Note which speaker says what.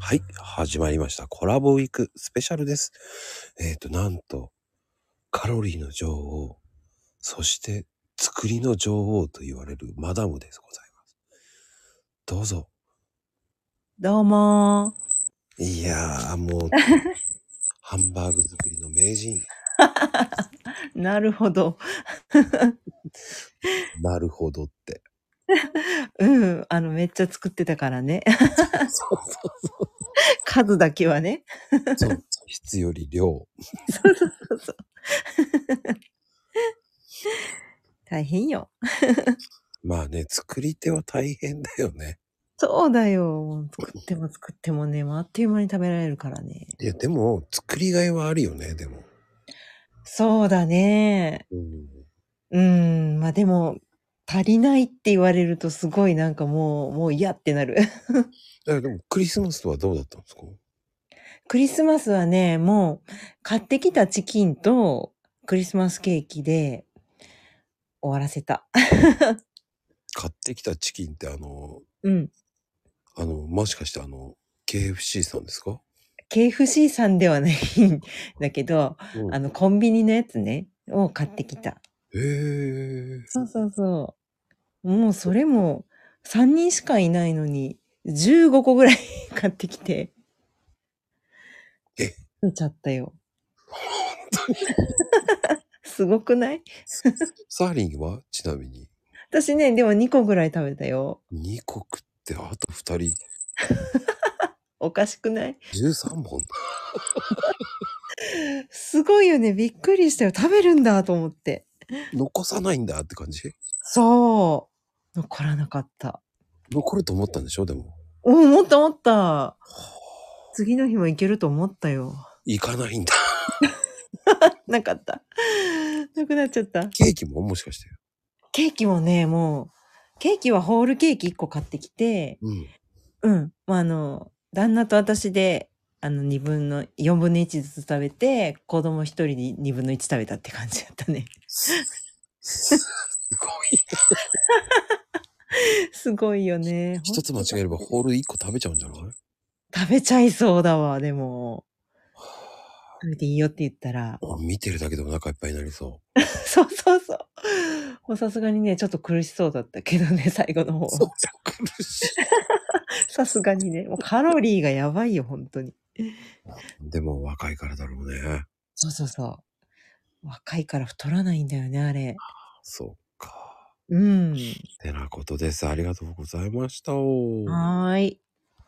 Speaker 1: はい、始まりました。コラボウィークスペシャルです。えっ、ー、と、なんと、カロリーの女王、そして作りの女王と言われるマダムでございます。どうぞ。
Speaker 2: どうも
Speaker 1: いやー、もう、ハンバーグ作りの名人。
Speaker 2: なるほど。
Speaker 1: なるほどって。
Speaker 2: うん、あの、めっちゃ作ってたからね。 そうそうそう。数だけはね。
Speaker 1: そう、質より量。
Speaker 2: そうそうそう。大変よ。
Speaker 1: まあね、作り手は大変だよね。
Speaker 2: そうだよ。作っても作ってもね、あっという間に食べられるからね。
Speaker 1: いや、でも、作りがいはあるよね、でも。
Speaker 2: そうだね。うん。うん、まあでも、足りないって言われるとすごいなんかもうもう嫌ってなる
Speaker 1: でもクリスマスはどうだったんですか
Speaker 2: クリスマスはねもう買ってきたチキンとクリスマスケーキで終わらせた
Speaker 1: 買ってきたチキンってあの
Speaker 2: うん
Speaker 1: あのもしかしてあの KFC さんですか
Speaker 2: KFC さんではないんだけど、うん、あのコンビニのやつねを買ってきた
Speaker 1: へえ
Speaker 2: そうそうそうもうそれも3人しかいないのに15個ぐらい買ってきて。
Speaker 1: え
Speaker 2: 食ちゃったよ。
Speaker 1: 本
Speaker 2: 当に すごくない
Speaker 1: サーリンはちなみに。
Speaker 2: 私ね、でも2個ぐらい食べたよ。
Speaker 1: 2個食ってあと2人。
Speaker 2: おかしくない
Speaker 1: ?13 本。
Speaker 2: すごいよね。びっくりしたよ。食べるんだと思って。
Speaker 1: 残さないんだって感じ
Speaker 2: そう。残らなかった。
Speaker 1: 残ると思ったんでしょでも。
Speaker 2: うん、思った思った。次の日も行けると思ったよ。
Speaker 1: 行かないんだ。
Speaker 2: なかった。なくなっちゃった。
Speaker 1: ケーキももしかして。
Speaker 2: ケーキもね、もう、ケーキはホールケーキ1個買ってきて、
Speaker 1: うん。
Speaker 2: うん。まあ、あの、旦那と私で、あの、2分の、4分の1ずつ食べて、子供1人に2分の1食べたって感じだったね。
Speaker 1: すごい。
Speaker 2: すごいよね。
Speaker 1: 一つ間違えればホール一個食べちゃうんじゃない
Speaker 2: 食べちゃいそうだわ、でも。食べていいよって言ったら。。
Speaker 1: 見てるだけでもお腹いっぱいになりそう
Speaker 2: そうそうそう。もうさすがにね、ちょっと苦しそうだったけどね、最後の方。
Speaker 1: そう苦しい。
Speaker 2: さすがにね、もうカロリーがやばいよ、本当に。
Speaker 1: でも若いからだろうね。
Speaker 2: そうそうそう。若いから太らないんだよね、あれ。
Speaker 1: そうか。
Speaker 2: うん。
Speaker 1: てなことです。ありがとうございました。
Speaker 2: はい。